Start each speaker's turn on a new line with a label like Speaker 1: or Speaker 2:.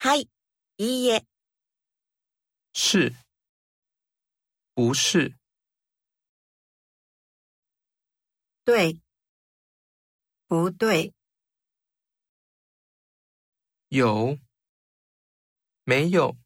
Speaker 1: はい、いいえ、
Speaker 2: 是，不是，
Speaker 1: 对，不对，
Speaker 2: 有，没有。